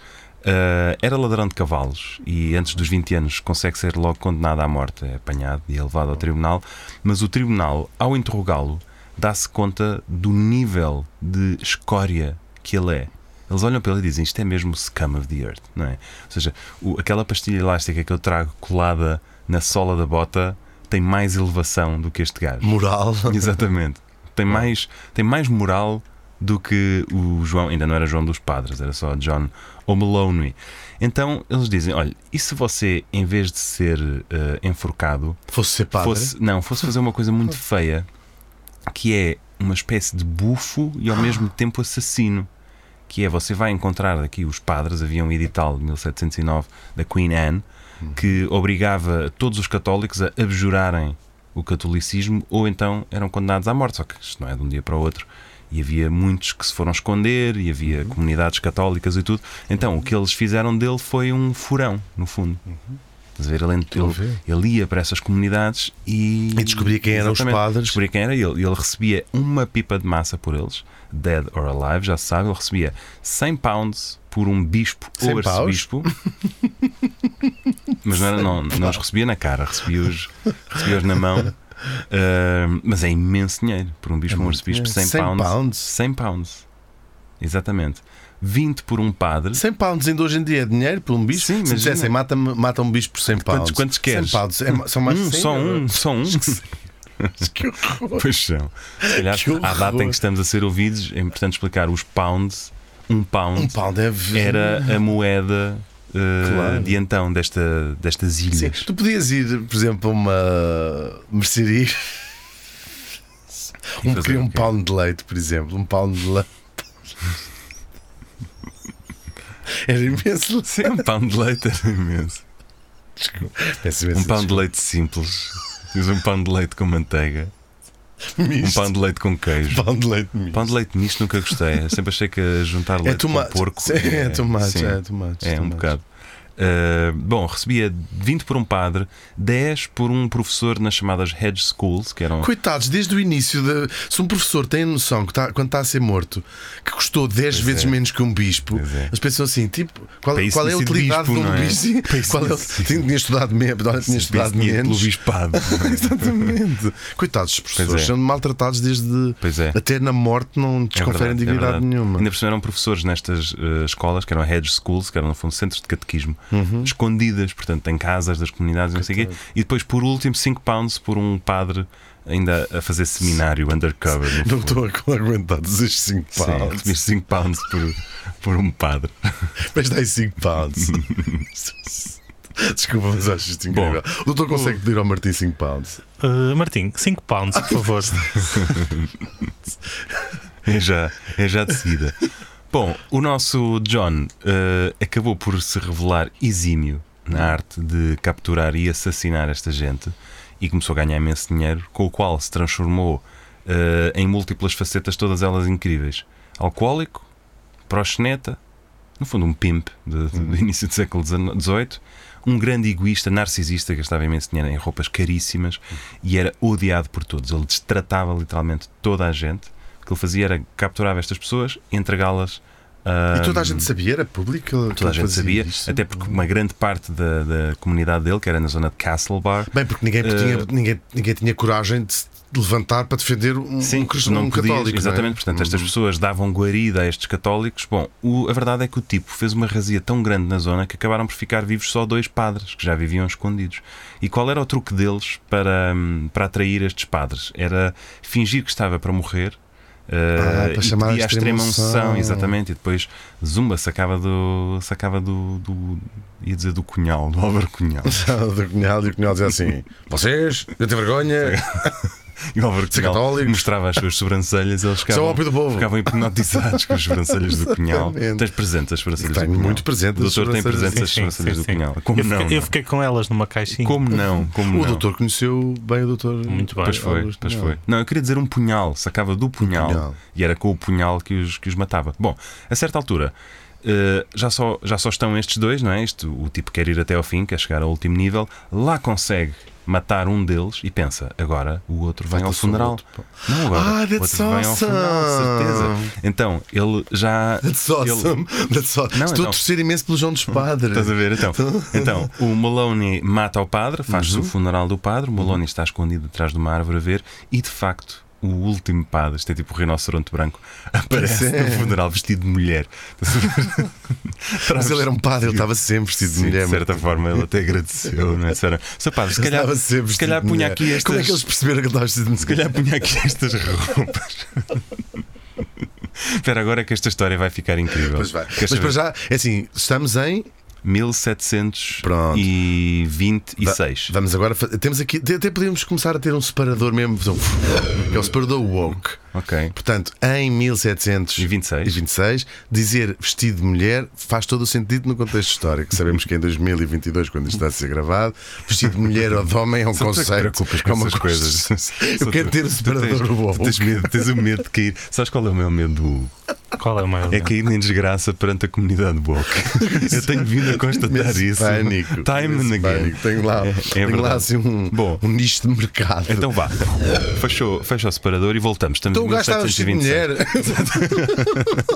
Speaker 2: ah, era ladrão de cavalos e antes dos 20 anos consegue ser logo condenado à morte. É apanhado e é levado ao tribunal. Mas o tribunal, ao interrogá-lo, dá-se conta do nível de escória que ele é. Eles olham para ele e dizem isto é mesmo o scum of the earth, não é? Ou seja, o- aquela pastilha elástica que eu trago colada na sola da bota tem mais elevação do que este gajo.
Speaker 3: Moral.
Speaker 2: Exatamente. Tem mais, tem mais moral do que o João, ainda não era João dos Padres, era só John O'Malley. Então eles dizem: olha, e se você, em vez de ser eh, enforcado,
Speaker 3: Fosse ser padre.
Speaker 2: fosse, não, fosse fazer uma coisa muito feia, que é uma espécie de bufo e ao mesmo tempo assassino. Que é, você vai encontrar aqui os padres, havia um edital de 1709 da Queen Anne que obrigava todos os católicos a abjurarem o catolicismo ou então eram condenados à morte. Só que isto não é de um dia para o outro. E havia muitos que se foram esconder e havia
Speaker 3: Uhum.
Speaker 2: comunidades católicas e tudo. Então o que eles fizeram dele foi um furão, no fundo. Estás a ver? Ele,
Speaker 3: Uhum. a
Speaker 2: ele-
Speaker 3: ver.
Speaker 2: ele ia para essas comunidades e.
Speaker 3: E descobria quem eram os
Speaker 2: Exatamente.
Speaker 3: padres.
Speaker 2: Descobria quem era e ele. Ele recebia uma pipa de massa por eles, dead or alive, já se sabe. Ele recebia 100 pounds por um bispo
Speaker 3: 100
Speaker 2: ou
Speaker 3: paus?
Speaker 2: arcebispo. Mas não, era, não, não os recebia na cara, recebia-os recebia na mão. Ahm, mas é imenso dinheiro por um bispo ou um arcebispo.
Speaker 3: É dinheiro.
Speaker 2: 100,
Speaker 3: 100
Speaker 2: pounds,
Speaker 3: pounds?
Speaker 2: 100 pounds. Exatamente. 20 por um padre.
Speaker 3: 100 pounds ainda hoje em dia é dinheiro por um bicho.
Speaker 2: Sim,
Speaker 3: Se
Speaker 2: imagina.
Speaker 3: dissessem, mata, mata um bicho por 100 pounds.
Speaker 2: Quantos- quantos queres?
Speaker 3: 100 pounds. É ma- são mais
Speaker 2: um,
Speaker 3: de 100
Speaker 2: só
Speaker 3: euros.
Speaker 2: um, só um.
Speaker 3: Que horror.
Speaker 2: Pois são. Se calhar,
Speaker 3: Que horror.
Speaker 2: à data em que estamos a ser ouvidos, é importante explicar os pounds. Um pound,
Speaker 3: Um pound é. v-
Speaker 2: era a moeda eh,
Speaker 3: Claro.
Speaker 2: de então desta, destas
Speaker 3: Sim,
Speaker 2: ilhas.
Speaker 3: tu podias ir, por exemplo, a uma mercearia.
Speaker 2: E
Speaker 3: Um,
Speaker 2: fazer
Speaker 3: queria
Speaker 2: o
Speaker 3: um
Speaker 2: quê?
Speaker 3: pound de leite, por exemplo. Um pound de leite. Era imenso.
Speaker 2: Sim, um pound de leite era imenso.
Speaker 3: Peço
Speaker 2: Um
Speaker 3: imenso
Speaker 2: pound de leite simples. Diz um pound de leite com manteiga. Um
Speaker 3: misto.
Speaker 2: pound de leite com queijo.
Speaker 3: Um pound de leite. misto.
Speaker 2: Pão de leite nisto nunca gostei. Eu sempre achei que juntar leite com
Speaker 3: É tomate.
Speaker 2: porco
Speaker 3: Sim, é tomate,
Speaker 2: sim,
Speaker 3: é tomate,
Speaker 2: É um
Speaker 3: tomate.
Speaker 2: bocado. Uh, bom, recebia 20 por um padre, 10 por um professor nas chamadas hedge schools, que eram
Speaker 3: Coitados, desde o início, de- se um professor tem a noção que tá- quando está a ser morto que custou 10 vezes menos que um bispo,
Speaker 2: é. Pois é.
Speaker 3: eles pensam assim: tipo, qual,
Speaker 2: Para isso
Speaker 3: qual é a
Speaker 2: tinha sido
Speaker 3: utilidade
Speaker 2: bispo,
Speaker 3: de
Speaker 2: não
Speaker 3: um
Speaker 2: é?
Speaker 3: bispo?
Speaker 2: Para isso
Speaker 3: Qual é,
Speaker 2: tinha
Speaker 3: o-
Speaker 2: sido-
Speaker 3: tinha, tinha estudado, me... olha, tinha estudado menos.
Speaker 2: tipo pelo
Speaker 3: Então,
Speaker 2: bispado.
Speaker 3: Exatamente. Coitados dos professores,
Speaker 2: é.
Speaker 3: são maltratados desde.
Speaker 2: Pois é.
Speaker 3: Até na morte não
Speaker 2: É
Speaker 3: desconferem
Speaker 2: verdade, é
Speaker 3: dignidade
Speaker 2: verdade.
Speaker 3: nenhuma.
Speaker 2: Ainda por cima eram professores nestas eh, escolas, que eram hedge schools, que eram no fundo centros de catequismo,
Speaker 3: Uhum.
Speaker 2: escondidas, portanto, em casas das comunidades, não sei o quê. E depois, por último, 5 pounds por um padre ainda a fazer seminário undercover. no
Speaker 3: Não
Speaker 2: fundo.
Speaker 3: estou a aguentar estes 5
Speaker 2: Sim, é
Speaker 3: pounds.
Speaker 2: recebi 5 pounds por, por um padre.
Speaker 3: Mas dá 5 pounds. Desculpa, mas acho isto incrível. o doutor consegue pedir ao Martim 5 pounds.
Speaker 5: Ah, Martim, 5 pounds, por favor.
Speaker 2: É já, é já de seguida. Bom, o nosso John eh, acabou por se revelar exímio na arte de capturar e assassinar esta gente e começou a ganhar imenso dinheiro, com o qual se transformou eh, em múltiplas facetas, todas elas incríveis. Alcoólico, proxeneta, no fundo um pimp de- de-
Speaker 3: Uhum.
Speaker 2: do início do século XVIII, um grande egoísta, narcisista, que gastava imenso dinheiro em roupas caríssimas
Speaker 3: Uhum.
Speaker 2: e era odiado por todos. Ele destratava literalmente toda a gente. O que ele fazia era capturava estas pessoas, entregá-las
Speaker 3: E toda a
Speaker 2: ah,
Speaker 3: gente sabia, era público. que ele- que
Speaker 2: Toda a
Speaker 3: ele
Speaker 2: gente
Speaker 3: fazia
Speaker 2: sabia,
Speaker 3: isso?
Speaker 2: até porque uma grande parte da, da comunidade dele, que era na zona de Castlebar,
Speaker 3: Bem, porque ninguém, tinha,
Speaker 2: Eh,
Speaker 3: ninguém, ninguém tinha coragem de se levantar para defender um,
Speaker 2: Sim,
Speaker 3: um cristão
Speaker 2: não
Speaker 3: um
Speaker 2: podias,
Speaker 3: católico. não é?
Speaker 2: Exatamente, portanto, estas pessoas davam guarida a estes católicos. Bom, o- a verdade é que o tipo fez uma razia tão grande na zona que acabaram por ficar vivos só dois padres que já viviam escondidos. E qual era o truque deles para, hum, para atrair estes padres? Era fingir que estava para morrer. eh,
Speaker 3: Ah,
Speaker 2: e
Speaker 3: para chamar a
Speaker 2: pedia a
Speaker 3: extrema
Speaker 2: extrema unção,
Speaker 3: unção.
Speaker 2: exatamente, e depois Zumba sacava do. sacava do. do ia dizer do cunhal, do Álvaro Cunhal.
Speaker 3: do cunhado e o cunhado dizia assim: Vocês, eu tenho vergonha. é
Speaker 2: E o Álvaro
Speaker 3: Ser
Speaker 2: Cunhal
Speaker 3: católicos.
Speaker 2: mostrava as suas sobrancelhas, eles ficavam,
Speaker 3: São é ópio do povo.
Speaker 2: ficavam hipnotizados com as sobrancelhas do Cunhal.
Speaker 3: Exatamente.
Speaker 2: Tens presente as sobrancelhas
Speaker 3: Tenho
Speaker 2: do Cunhal?
Speaker 3: muito presente
Speaker 2: O
Speaker 3: as
Speaker 2: doutor tem
Speaker 3: sobrancelhas.
Speaker 2: presente
Speaker 5: Sim,
Speaker 2: as
Speaker 5: sim,
Speaker 2: sobrancelhas
Speaker 5: sim,
Speaker 2: do
Speaker 5: sim.
Speaker 2: Cunhal. Como
Speaker 5: eu,
Speaker 2: não?
Speaker 5: fiquei, eu
Speaker 2: não?
Speaker 5: fiquei com elas numa caixinha.
Speaker 2: Como não? Como
Speaker 3: O
Speaker 2: não?
Speaker 3: doutor conheceu bem o doutor.
Speaker 5: Muito bem.
Speaker 2: Pois foi,
Speaker 3: Augusto
Speaker 2: pois
Speaker 3: Cunhal.
Speaker 2: foi. Não, eu queria dizer um punhal, sacava do punhal,
Speaker 3: Punhal.
Speaker 2: e era com o punhal que os, que os matava. Bom, a certa altura eh, já, só, já só estão estes dois, não é? Este, o tipo quer ir até ao fim, quer chegar ao último nível, lá consegue matar um deles e pensa, agora o outro vem
Speaker 3: Falta
Speaker 2: ao
Speaker 3: só o
Speaker 2: funeral.
Speaker 3: outro, pá.
Speaker 2: Não, agora
Speaker 3: Ah,
Speaker 2: o outro
Speaker 3: that's
Speaker 2: vem ao funeral,
Speaker 3: awesome.
Speaker 2: certeza. Então, ele já.
Speaker 3: That's awesome.
Speaker 2: ele-
Speaker 3: That's awesome.
Speaker 2: Não,
Speaker 3: Estou
Speaker 2: não. Hum,
Speaker 3: a torcer imenso pelo João dos Padres.
Speaker 2: Estás a ver? Então, então o Maloney mata o padre,
Speaker 3: Uhum.
Speaker 2: faz-se o funeral do padre. O Maloney está escondido atrás de uma árvore a ver, e de facto, o último padre, isto é tipo o rinoceronte branco, aparece
Speaker 3: é.
Speaker 2: no funeral vestido de mulher. Estás a ver?
Speaker 3: Mas ele era um padre, ele estava sempre vestido de
Speaker 2: Sim,
Speaker 3: mulher.
Speaker 2: de certa forma, ele até agradeceu, não é? Disseram, Seu padre, se
Speaker 3: Ele
Speaker 2: calhar,
Speaker 3: estava sempre
Speaker 2: se calhar
Speaker 3: vestido de
Speaker 2: punha
Speaker 3: mulher.
Speaker 2: aqui estas.
Speaker 3: Como é que eles perceberam que ele estava vestido de mulher?
Speaker 2: Se calhar punha aqui estas roupas. Espera, agora é que esta história vai ficar incrível.
Speaker 3: Pois vai.
Speaker 2: Queres
Speaker 3: Mas para
Speaker 2: saber?
Speaker 3: já, é assim, estamos em
Speaker 2: 1726.
Speaker 3: Vamos agora. fa- Temos aqui. Até podíamos começar a ter um separador mesmo. fazer um Que é o separador woke.
Speaker 2: Ok.
Speaker 3: Portanto, em 1726,
Speaker 2: 26.
Speaker 3: dizer vestido de mulher faz todo o sentido no contexto histórico. Sabemos que em 2022, quando isto está a ser gravado, vestido de mulher ou de homem é um
Speaker 2: Só tu é que te
Speaker 3: conceito.
Speaker 2: preocupas com
Speaker 3: é uma
Speaker 2: essas
Speaker 3: coisa-
Speaker 2: coisas. Só
Speaker 3: Eu quero
Speaker 2: tu-
Speaker 3: ter o
Speaker 2: tu
Speaker 3: separador
Speaker 2: tens-
Speaker 3: woke.
Speaker 2: tu Tens, medo, tens o medo de cair. Sabes qual é o meu medo do Hugo?
Speaker 5: Qual é o maior?
Speaker 2: É cair em desgraça perante a comunidade woke. Eu tenho vindo a constatar
Speaker 3: Nesse
Speaker 2: isso.
Speaker 3: pânico.
Speaker 2: Time
Speaker 3: Nesse
Speaker 2: and again.
Speaker 3: pânico. Tenho lá,
Speaker 2: É- é
Speaker 3: tenho lá
Speaker 2: verdade.
Speaker 3: assim um,
Speaker 2: Bom.
Speaker 3: um nicho de mercado.
Speaker 2: Então vá, fechou, fecha o separador e voltamos. Estamos
Speaker 3: Então o
Speaker 2: em
Speaker 3: gajo estava vestido de
Speaker 2: 1726.
Speaker 3: mulher.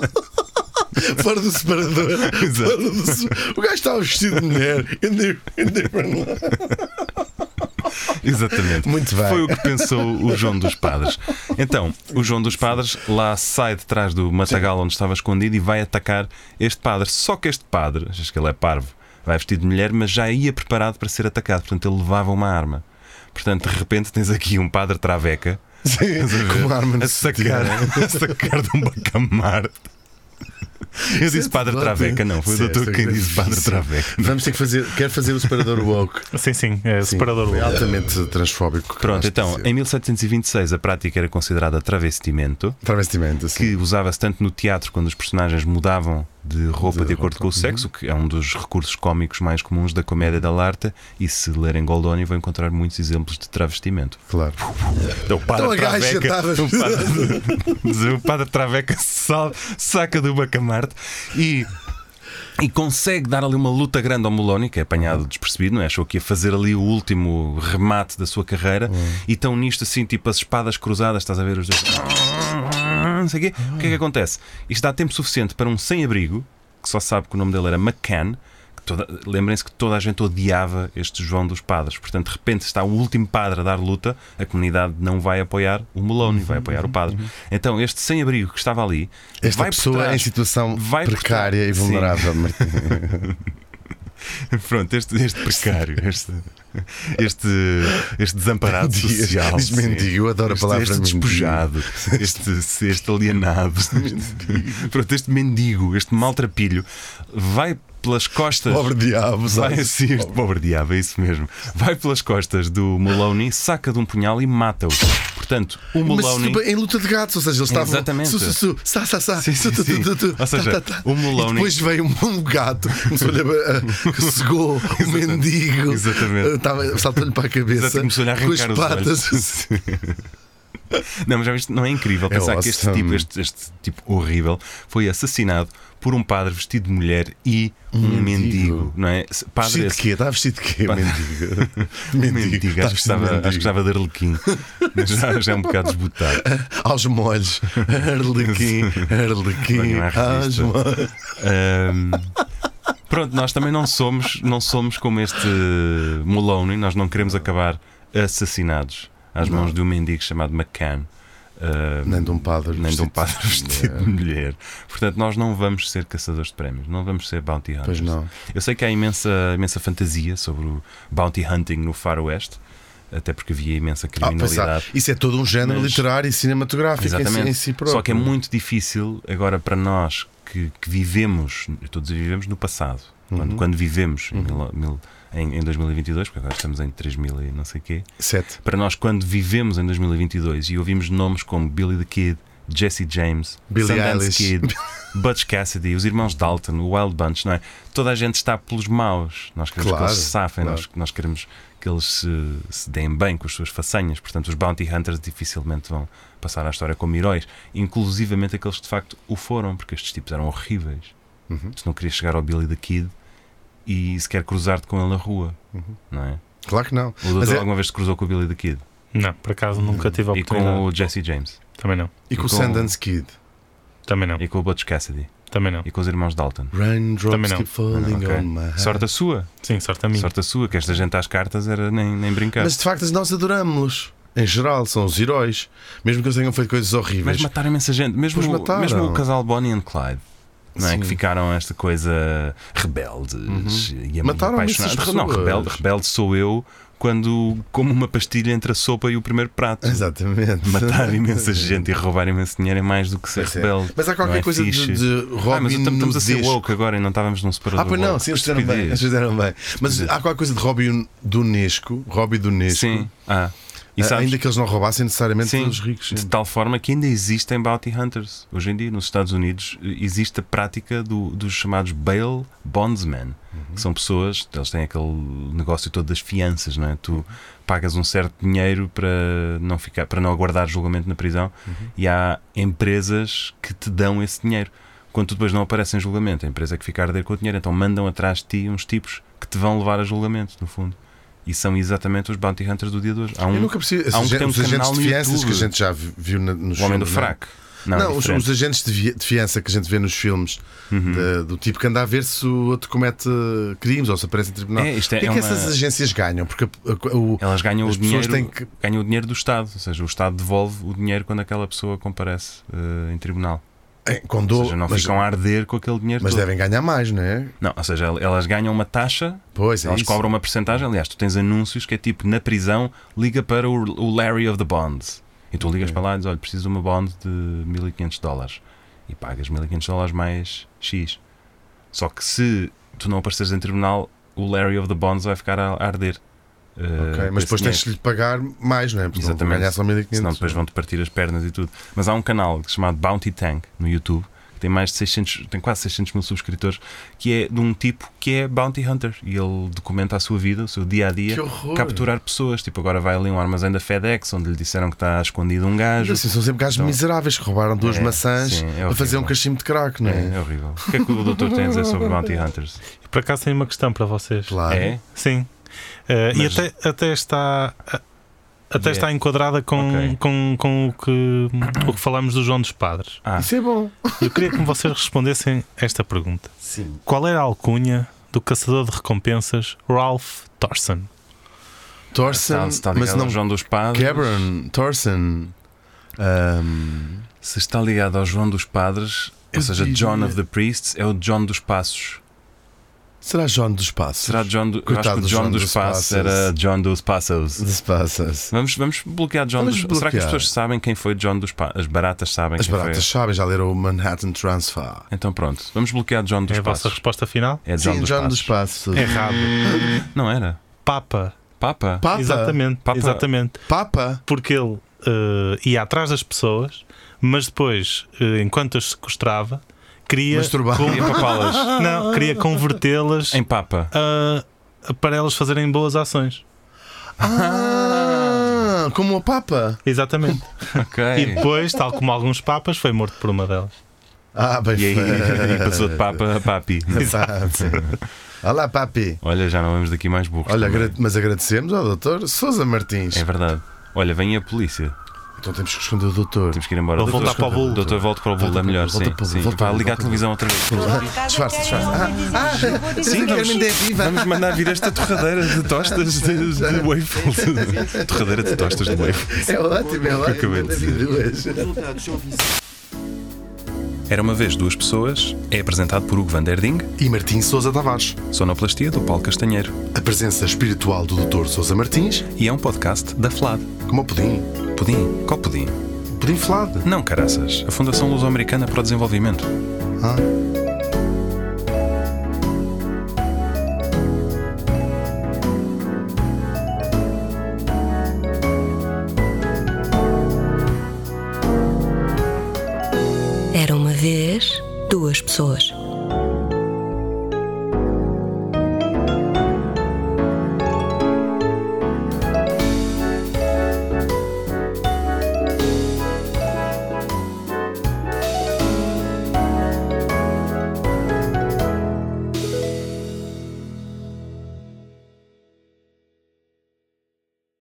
Speaker 3: Fora do separador.
Speaker 2: Exato.
Speaker 3: Fora do se- O gajo estava vestido de mulher. Eu nem- eu nem-
Speaker 2: Exatamente.
Speaker 3: Muito bem.
Speaker 2: Foi o que pensou o João dos Padres. Então, o João dos Padres lá sai de trás do matagal onde estava escondido e vai atacar este padre. Só que este padre, achas que ele é parvo, vai vestido de mulher, mas já ia preparado para ser atacado. Portanto, ele levava uma arma. Portanto, de repente tens aqui um padre traveca estás a ver,
Speaker 3: com uma arma no
Speaker 2: a sacar, a sacar de um bacamar. Eu disse padre
Speaker 3: Ótimo.
Speaker 2: traveca, não. Foi o
Speaker 3: Sim,
Speaker 2: doutor
Speaker 3: esta
Speaker 2: quem
Speaker 3: coisa
Speaker 2: disse padre
Speaker 3: difícil.
Speaker 2: traveca.
Speaker 3: Vamos ter que fazer. Quero fazer o separador woke.
Speaker 5: Sim, sim, é separador.
Speaker 3: Foi
Speaker 5: woke.
Speaker 3: altamente transfóbico.
Speaker 2: Pronto, então, em 1726 a prática era considerada travestimento.
Speaker 3: Travestimento, assim.
Speaker 2: que usava-se tanto no teatro quando os personagens mudavam de roupa de, acordo com o sexo, que é um dos recursos cómicos mais comuns da comédia da arte, e se lerem Goldoni vão encontrar muitos exemplos de travestimento.
Speaker 3: Claro.
Speaker 2: Então, o padre
Speaker 3: Então a gaja
Speaker 2: Traveca,
Speaker 3: estava-
Speaker 2: o padre, o padre Traveca sal- saca do Bacamarte e e consegue dar ali uma luta grande ao Moloni, que é apanhado despercebido, não é? Achou que ia fazer ali o último remate da sua carreira
Speaker 3: Hum.
Speaker 2: e estão nisto assim, tipo as espadas cruzadas, estás a ver os dois. Não sei o quê. O que é que acontece? Isto dá tempo suficiente para um sem-abrigo, que só sabe que o nome dele era McCann. que toda- Lembrem-se que toda a gente odiava este João dos Padres, portanto, de repente está o último padre a dar luta, a comunidade não vai apoiar o Moloni, vai apoiar o padre. Então, este sem-abrigo que estava ali
Speaker 3: Uhum, Esta
Speaker 2: vai por
Speaker 3: pessoa
Speaker 2: trás-
Speaker 3: em situação
Speaker 2: vai por
Speaker 3: precária e
Speaker 2: trás. Sim.
Speaker 3: vulnerável.
Speaker 2: Pronto, este, este precário, este, este, este desamparado
Speaker 3: Mendigo.
Speaker 2: social.
Speaker 3: Diz
Speaker 2: sim.
Speaker 3: mendigo, eu adoro a
Speaker 2: Este-
Speaker 3: palavra
Speaker 2: Este
Speaker 3: mendigo.
Speaker 2: despojado, este, este alienado, este, pronto, este mendigo, este maltrapilho, vai pelas costas.
Speaker 3: Pobre diabo,
Speaker 2: Vai
Speaker 3: sabe?
Speaker 2: assim, este pobre diabo, é isso mesmo. Vai pelas costas do Maloney, saca de um punhal e mata-o. Portanto, o
Speaker 3: Mas
Speaker 2: Maloney.
Speaker 3: tipo, em luta de gatos, ou seja, eles estavam.
Speaker 2: Exatamente.
Speaker 3: Su, su, su, sa, sa, sa,
Speaker 2: Sim, sim,
Speaker 3: su, tu,
Speaker 2: sim.
Speaker 3: tu, tu,
Speaker 2: Ou seja, o Maloney-
Speaker 3: E depois veio um, um gato, começou-lhe a- a- que cegou o mendigo,
Speaker 2: Exatamente.
Speaker 3: eh, tava- saltou-lhe para a cabeça,
Speaker 2: Exato, começou-lhe a
Speaker 3: com as
Speaker 2: arrancar os
Speaker 3: patas.
Speaker 2: olhos. Não, mas já viste, não é incrível pensar que este
Speaker 3: awesome.
Speaker 2: tipo, este, este tipo horrível, foi assassinado por um padre vestido de mulher e um mendigo,
Speaker 3: mendigo,
Speaker 2: não é? Se- Padre
Speaker 3: Vestido de
Speaker 2: esse,
Speaker 3: quê? Está vestido de quê?
Speaker 2: Pá.
Speaker 3: Mendigo.
Speaker 2: mendigo,
Speaker 3: Tá
Speaker 2: acho, que
Speaker 3: vestido de
Speaker 2: estava, acho que
Speaker 3: mendigo.
Speaker 2: estava de arlequim, mas já, já é um bocado desbotado.
Speaker 3: Aos molhos. Arlequim, arlequim.
Speaker 2: Venham à
Speaker 3: Aos
Speaker 2: revista.
Speaker 3: molhos.
Speaker 2: Ahm, pronto, nós também não somos, não somos como este Maloney, nós não queremos acabar assassinados às mãos de um mendigo chamado McCann. Ahm,
Speaker 3: Nem de um padre.
Speaker 2: nem de um
Speaker 3: vestido
Speaker 2: padre vestido de
Speaker 3: mulher.
Speaker 2: mulher. Portanto, nós não vamos ser caçadores de prémios, não vamos ser bounty hunters.
Speaker 3: Pois não.
Speaker 2: Eu sei que há imensa, imensa fantasia sobre o bounty hunting no faroeste, até porque havia imensa
Speaker 3: Ah, pois há.
Speaker 2: criminalidade.
Speaker 3: Isso é todo um género
Speaker 2: Mas-
Speaker 3: literário e cinematográfico em si,
Speaker 2: Exatamente.
Speaker 3: em si próprio.
Speaker 2: Só que é muito difícil agora para nós que, que vivemos, todos vivemos no passado.
Speaker 3: Uhum.
Speaker 2: Quando, quando vivemos em mil- mil- em, em 2022, porque agora estamos em 3000 e não sei o quê,
Speaker 3: Sete.
Speaker 2: para nós, quando vivemos em 2022 e ouvimos nomes como Billy the Kid, Jesse James,
Speaker 3: Billie
Speaker 2: Sundance
Speaker 3: Eilish.
Speaker 2: Kid, Butch Cassidy, os irmãos Dalton, o Wild Bunch, não é? Toda a gente está pelos maus. Nós queremos
Speaker 3: Claro,
Speaker 2: que eles se safem,
Speaker 3: claro.
Speaker 2: nós, nós queremos que eles se, se deem bem com as suas façanhas. Portanto, os Bounty Hunters dificilmente vão passar à história como heróis, inclusivamente aqueles que de facto o foram, porque estes tipos eram horríveis.
Speaker 3: Uhum.
Speaker 2: Tu não querias chegar ao Billy the Kid e sequer cruzar-te com ele na rua, não é?
Speaker 3: Claro que não.
Speaker 2: O doutor
Speaker 3: Uhum. Mas é-
Speaker 2: alguma vez se cruzou com o Billy the Kid?
Speaker 5: Não, por acaso nunca tive a
Speaker 2: E com
Speaker 5: oportunidade.
Speaker 2: o Jesse James.
Speaker 5: Também não.
Speaker 3: E com
Speaker 2: e
Speaker 3: o
Speaker 2: com-
Speaker 3: Sundance Kid.
Speaker 5: Também não.
Speaker 2: E com o Butch Cassidy.
Speaker 5: Também não.
Speaker 2: E com os irmãos Dalton.
Speaker 5: Também
Speaker 3: Raindrops
Speaker 5: não.
Speaker 3: keep falling
Speaker 2: Ok.
Speaker 3: on my head.
Speaker 2: Sorte a sua.
Speaker 5: Sim, sorte a mim.
Speaker 2: Sorte a sua, que esta gente às cartas era nem, nem brincar.
Speaker 3: Mas
Speaker 2: Mas,
Speaker 3: de facto nós adorámos-los. Em geral, são os heróis. Mesmo que eles tenham feito coisas horríveis.
Speaker 2: mataram imensa gente. Mesmo,
Speaker 3: Pois
Speaker 2: o-
Speaker 3: mataram.
Speaker 2: mesmo o casal Bonnie and Clyde. Não é?
Speaker 3: Sim.
Speaker 2: Que ficaram esta coisa rebeldes e
Speaker 3: Mataram
Speaker 2: apaixonados.
Speaker 3: imensas
Speaker 2: Não,
Speaker 3: pessoas.
Speaker 2: rebelde, rebelde sou eu quando como uma pastilha entre a sopa e o primeiro prato.
Speaker 3: Exatamente.
Speaker 2: Matar imensa gente e roubar imenso dinheiro é mais do que ser
Speaker 3: Pois é.
Speaker 2: rebelde.
Speaker 3: Mas há qualquer
Speaker 2: Não é
Speaker 3: coisa de-
Speaker 2: fixe.
Speaker 3: de
Speaker 2: Ah, mas
Speaker 3: Robin
Speaker 2: estamos a ser
Speaker 3: Nudesco.
Speaker 2: woke agora e não estávamos num separador.
Speaker 3: Ah, pois não,
Speaker 2: woke.
Speaker 3: sim, eles
Speaker 2: Que
Speaker 3: fizeram bem. Eles
Speaker 2: estupidez.
Speaker 3: fizeram bem. Mas há qualquer coisa de Robbie do Unesco, Robbie do Unesco,
Speaker 2: Sim. Ah. E
Speaker 3: eh,
Speaker 2: sabes,
Speaker 3: ainda que eles não roubassem necessariamente
Speaker 2: Sim,
Speaker 3: todos os ricos. sim.
Speaker 2: de tal forma que ainda existem bounty hunters. Hoje em dia, nos Estados Unidos, eh, existe a prática do- dos chamados bail bondsmen, que são pessoas, eles têm aquele negócio todo das fianças, não é? Tu pagas um certo dinheiro para não, ficar, para não aguardar julgamento na prisão e há empresas que te dão esse dinheiro. Quando tu depois não aparece em julgamento, a empresa é que fica a arder com o dinheiro, então mandam atrás de ti uns tipos que te vão levar a julgamento, no fundo. E são exatamente os bounty hunters do dia de hoje. Há um,
Speaker 3: Eu nunca percebi. Esses
Speaker 2: há um que
Speaker 3: agen-
Speaker 2: tem um
Speaker 3: os agentes
Speaker 2: canal
Speaker 3: de
Speaker 2: no
Speaker 3: fianças
Speaker 2: YouTube.
Speaker 3: que a gente já vi- viu na, nos
Speaker 2: O Homem do
Speaker 3: filmes, não é?
Speaker 2: Fraco. Não, é
Speaker 3: Não, os,
Speaker 2: diferente. Uhum.
Speaker 3: os agentes de, vi- de fiança que a gente vê nos filmes, de- do tipo que anda a ver se o outro comete eh, crimes ou se aparece em tribunal.
Speaker 2: É, isto é-
Speaker 3: o que é,
Speaker 2: é
Speaker 3: que
Speaker 2: uma-
Speaker 3: essas agências ganham? Porque a- a- o-
Speaker 2: elas ganham o
Speaker 3: as pessoas
Speaker 2: dinheiro,
Speaker 3: têm que.
Speaker 2: ganham o dinheiro do Estado, ou seja, o Estado devolve o dinheiro quando aquela pessoa comparece eh, em tribunal.
Speaker 3: eh, com
Speaker 2: Ou
Speaker 3: dor,
Speaker 2: seja, não
Speaker 3: mas,
Speaker 2: ficam a arder com aquele dinheiro
Speaker 3: mas
Speaker 2: todo.
Speaker 3: devem ganhar mais, não é?
Speaker 2: Não, ou seja, elas ganham uma taxa,
Speaker 3: Pois é.
Speaker 2: elas
Speaker 3: isso.
Speaker 2: cobram uma percentagem. Aliás, tu tens anúncios que é tipo na prisão, liga para o, o Larry of the Bonds. E tu ligas para lá e dizes: olha, preciso de uma bond de 1500 dólares. E pagas 1500 dólares mais X. Só que se tu não apareceres em tribunal, o Larry of the Bonds vai ficar a a arder. eh,
Speaker 3: Ok, mas
Speaker 2: desse
Speaker 3: depois tens
Speaker 2: dinheiro.
Speaker 3: de lhe pagar mais, não é? Porque não vão
Speaker 2: Exatamente.
Speaker 3: ganhar só 1500.
Speaker 2: Senão depois vão-te partir as pernas e tudo. Mas há um canal chamado Bounty Tank no YouTube que tem mais de 600, tem quase 600 mil subscritores, que é de um tipo que é Bounty Hunter e ele documenta a sua vida, o seu dia a dia,
Speaker 3: Que horror!
Speaker 2: capturar pessoas. Tipo, agora vai ali a um armazém da FedEx onde lhe disseram que está escondido um gajo.
Speaker 3: Mas assim, são sempre gajos
Speaker 2: Então-
Speaker 3: miseráveis que roubaram duas
Speaker 2: É,
Speaker 3: maçãs
Speaker 2: sim, é
Speaker 3: para
Speaker 2: horrível.
Speaker 3: fazer um cachimbo de crack, não é?
Speaker 2: É, é horrível. O que é que o doutor tem a dizer sobre Bounty Hunters?
Speaker 5: E por acaso tenho uma questão para vocês.
Speaker 3: Claro.
Speaker 2: É?
Speaker 5: Sim. Eh, E
Speaker 2: Mas-
Speaker 5: até, até está. a- Até
Speaker 2: Yeah.
Speaker 5: está enquadrada com,
Speaker 2: Ok.
Speaker 5: com, com o, que, o que falamos do João dos Padres.
Speaker 2: Ah.
Speaker 3: Isso é bom.
Speaker 5: Eu queria que vocês respondessem esta pergunta:
Speaker 3: Sim.
Speaker 5: Qual era a alcunha do caçador de recompensas Ralph Thorson?
Speaker 3: Torsen,
Speaker 2: está
Speaker 3: mas
Speaker 2: ligado
Speaker 3: não.
Speaker 2: ao João dos Padres.
Speaker 3: Cabron, Torsen. ahm,
Speaker 2: Se está ligado ao João dos Padres, ou
Speaker 3: Eu
Speaker 2: seja,
Speaker 3: diria-
Speaker 2: John of the Priests, é o John dos Passos.
Speaker 3: será John dos Passos?
Speaker 2: Será John do, eu acho
Speaker 3: Coitado
Speaker 2: que
Speaker 3: do
Speaker 2: o John,
Speaker 3: John
Speaker 2: dos,
Speaker 3: dos
Speaker 2: Passos,
Speaker 3: Passos.
Speaker 2: era John dos Passos.
Speaker 3: dos Passos?
Speaker 2: Vamos, vamos bloquear John
Speaker 3: Vamos
Speaker 2: dos Será que as
Speaker 3: bloquear.
Speaker 2: pessoas sabem quem foi John dos Passos? As baratas sabem
Speaker 3: As
Speaker 2: quem
Speaker 3: baratas sabem, já leram o Manhattan Transfer.
Speaker 2: foi. Então pronto, vamos bloquear John dos
Speaker 5: é a vossa
Speaker 2: Passos.
Speaker 5: resposta final?
Speaker 2: É John,
Speaker 3: Sim,
Speaker 2: dos,
Speaker 3: John
Speaker 2: Passos.
Speaker 3: dos Passos.
Speaker 5: Errado.
Speaker 2: Não era?
Speaker 5: Papa.
Speaker 2: Papa?
Speaker 3: Papa?
Speaker 5: Exatamente.
Speaker 2: Papa.
Speaker 5: Exatamente.
Speaker 3: Papa?
Speaker 5: Porque ele eh, ia atrás das pessoas, mas depois, eh, enquanto as sequestrava, queria.
Speaker 3: Masturbava.
Speaker 5: con-
Speaker 2: Queria papá-las
Speaker 5: Não, queria convertê-las
Speaker 2: em Papa.
Speaker 5: ah, a- a- para elas fazerem boas ações.
Speaker 3: Ah! Ah, como o Papa.
Speaker 5: Exatamente.
Speaker 2: Ok.
Speaker 5: E depois, tal como alguns papas, foi morto por uma delas.
Speaker 3: Ah, bem
Speaker 2: E aí e
Speaker 3: feito.
Speaker 2: passou de papa a papi.
Speaker 3: Papi. Olá, Papi.
Speaker 2: Olha, já não vamos daqui mais burros.
Speaker 3: Olha,
Speaker 2: também.
Speaker 3: agra- mas agradecemos ao doutor Sousa Martins.
Speaker 2: É verdade. Olha, vem a polícia.
Speaker 3: Então temos que esconder o doutor.
Speaker 2: Temos que ir embora.
Speaker 5: Vou
Speaker 2: Doutor,
Speaker 5: voltar para o bolo.
Speaker 2: Doutor, volta para o bolo,
Speaker 3: Volta
Speaker 2: é melhor.
Speaker 3: para o bolo,
Speaker 2: Sim,
Speaker 3: volta para o
Speaker 2: sim.
Speaker 3: bolo, volta
Speaker 2: Pá,
Speaker 3: para o
Speaker 2: liga a
Speaker 3: bolo,
Speaker 2: televisão outra vez.
Speaker 3: Disfarce, disfarce. Ah, ah,
Speaker 2: Sim,
Speaker 3: Sim,
Speaker 2: vamos-
Speaker 3: Carmen é viva.
Speaker 2: Vamos mandar vir esta torradeira de tostas de, de waffle. torradeira de tostas de waffle.
Speaker 3: É ótimo, é
Speaker 2: Que eu
Speaker 3: ótimo.
Speaker 2: acabei de dizer. Era uma vez duas pessoas. É apresentado por Hugo Van Der Ding.
Speaker 3: E Martim Sousa Tavares.
Speaker 2: Sonoplastia do Paulo Castanheiro.
Speaker 3: A presença espiritual do doutor Sousa Martins,
Speaker 2: E é um podcast da FLAD.
Speaker 3: como o pudim.
Speaker 2: Pudim? Qual pudim?
Speaker 3: Pudim flado.
Speaker 2: Não, caraças. A Fundação Luso-Americana para o Desenvolvimento.
Speaker 3: Ah.
Speaker 7: Era uma vez duas pessoas.